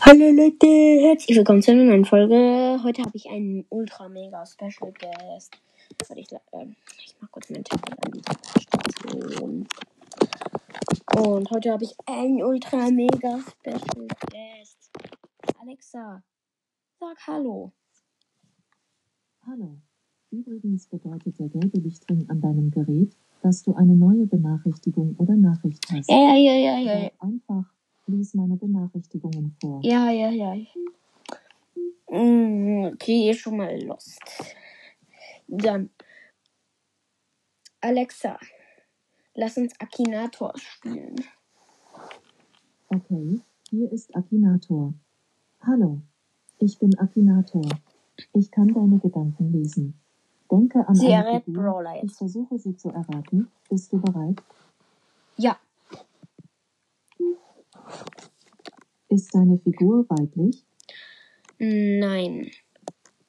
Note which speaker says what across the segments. Speaker 1: Hallo Leute, herzlich willkommen zu einer neuen Folge. Heute habe ich einen ultra mega Special Guest. Warte, ich, äh, ich mach kurz mein Tablet an die Station. Und heute habe ich einen ultra mega Special Guest. Alexa, sag Hallo.
Speaker 2: Hallo. Übrigens bedeutet der gelbe Lichtring an deinem Gerät, dass du eine neue Benachrichtigung oder Nachricht hast.
Speaker 1: Ja, ja, ja, ja, ja.
Speaker 2: Oder Einfach lies meine Benachrichtigungen vor.
Speaker 1: Ja, ja, ja. Mm, Okay, schon mal lost. Dann. Alexa, lass uns Akinator spielen.
Speaker 2: Okay, hier ist Akinator. Hallo. Ich bin Akinator. Ich kann deine Gedanken lesen. Denke an
Speaker 1: Sie
Speaker 2: eine
Speaker 1: errät
Speaker 2: Figur.
Speaker 1: Brawler
Speaker 2: Ich
Speaker 1: jetzt.
Speaker 2: versuche sie zu erraten. Bist du bereit?
Speaker 1: Ja,
Speaker 2: Ist deine Figur weiblich?
Speaker 1: nein.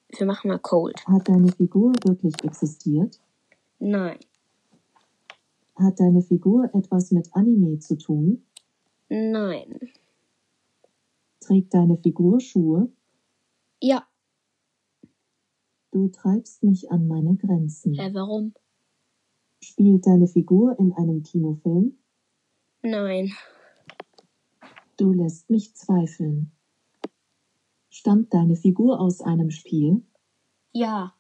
Speaker 1: Wir machen mal Cold.
Speaker 2: Hat deine Figur wirklich existiert?
Speaker 1: Nein,
Speaker 2: Hat deine Figur etwas mit Anime zu tun?
Speaker 1: nein.
Speaker 2: Trägt deine Figur Schuhe?
Speaker 1: Ja,
Speaker 2: Du treibst mich an meine Grenzen.
Speaker 1: äh, warum?
Speaker 2: Spielt deine Figur in einem Kinofilm?
Speaker 1: Nein,
Speaker 2: Du lässt mich zweifeln. Stammt deine Figur aus einem Spiel?
Speaker 1: ja,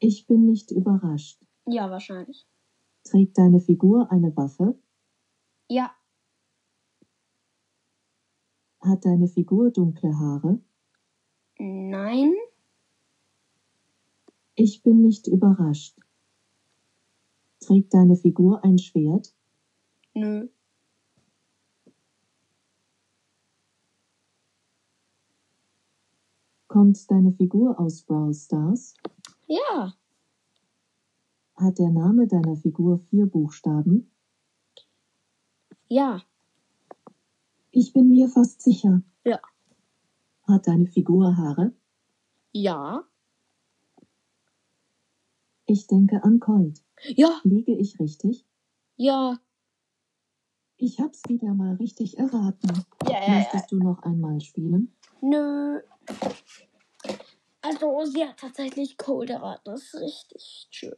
Speaker 2: Ich bin nicht überrascht.
Speaker 1: ja, wahrscheinlich.
Speaker 2: Trägt deine Figur eine Waffe?
Speaker 1: Ja,
Speaker 2: Hat deine Figur dunkle Haare?
Speaker 1: nein,
Speaker 2: Ich bin nicht überrascht. Trägt deine Figur ein Schwert?
Speaker 1: nö,
Speaker 2: Kommt deine Figur aus Brawl Stars?
Speaker 1: ja,
Speaker 2: Hat der Name deiner Figur vier Buchstaben?
Speaker 1: ja,
Speaker 2: Ich bin mir fast sicher.
Speaker 1: Ja.
Speaker 2: Hat deine Figur Haare?
Speaker 1: ja,
Speaker 2: Ich denke an Colt.
Speaker 1: ja,
Speaker 2: Liege ich richtig?
Speaker 1: ja,
Speaker 2: Ich hab's wieder mal richtig erraten.
Speaker 1: ja, ja, ja.
Speaker 2: Möchtest du noch einmal spielen?
Speaker 1: Nö. Also, sie hat tatsächlich Cold erraten. Das ist richtig schön.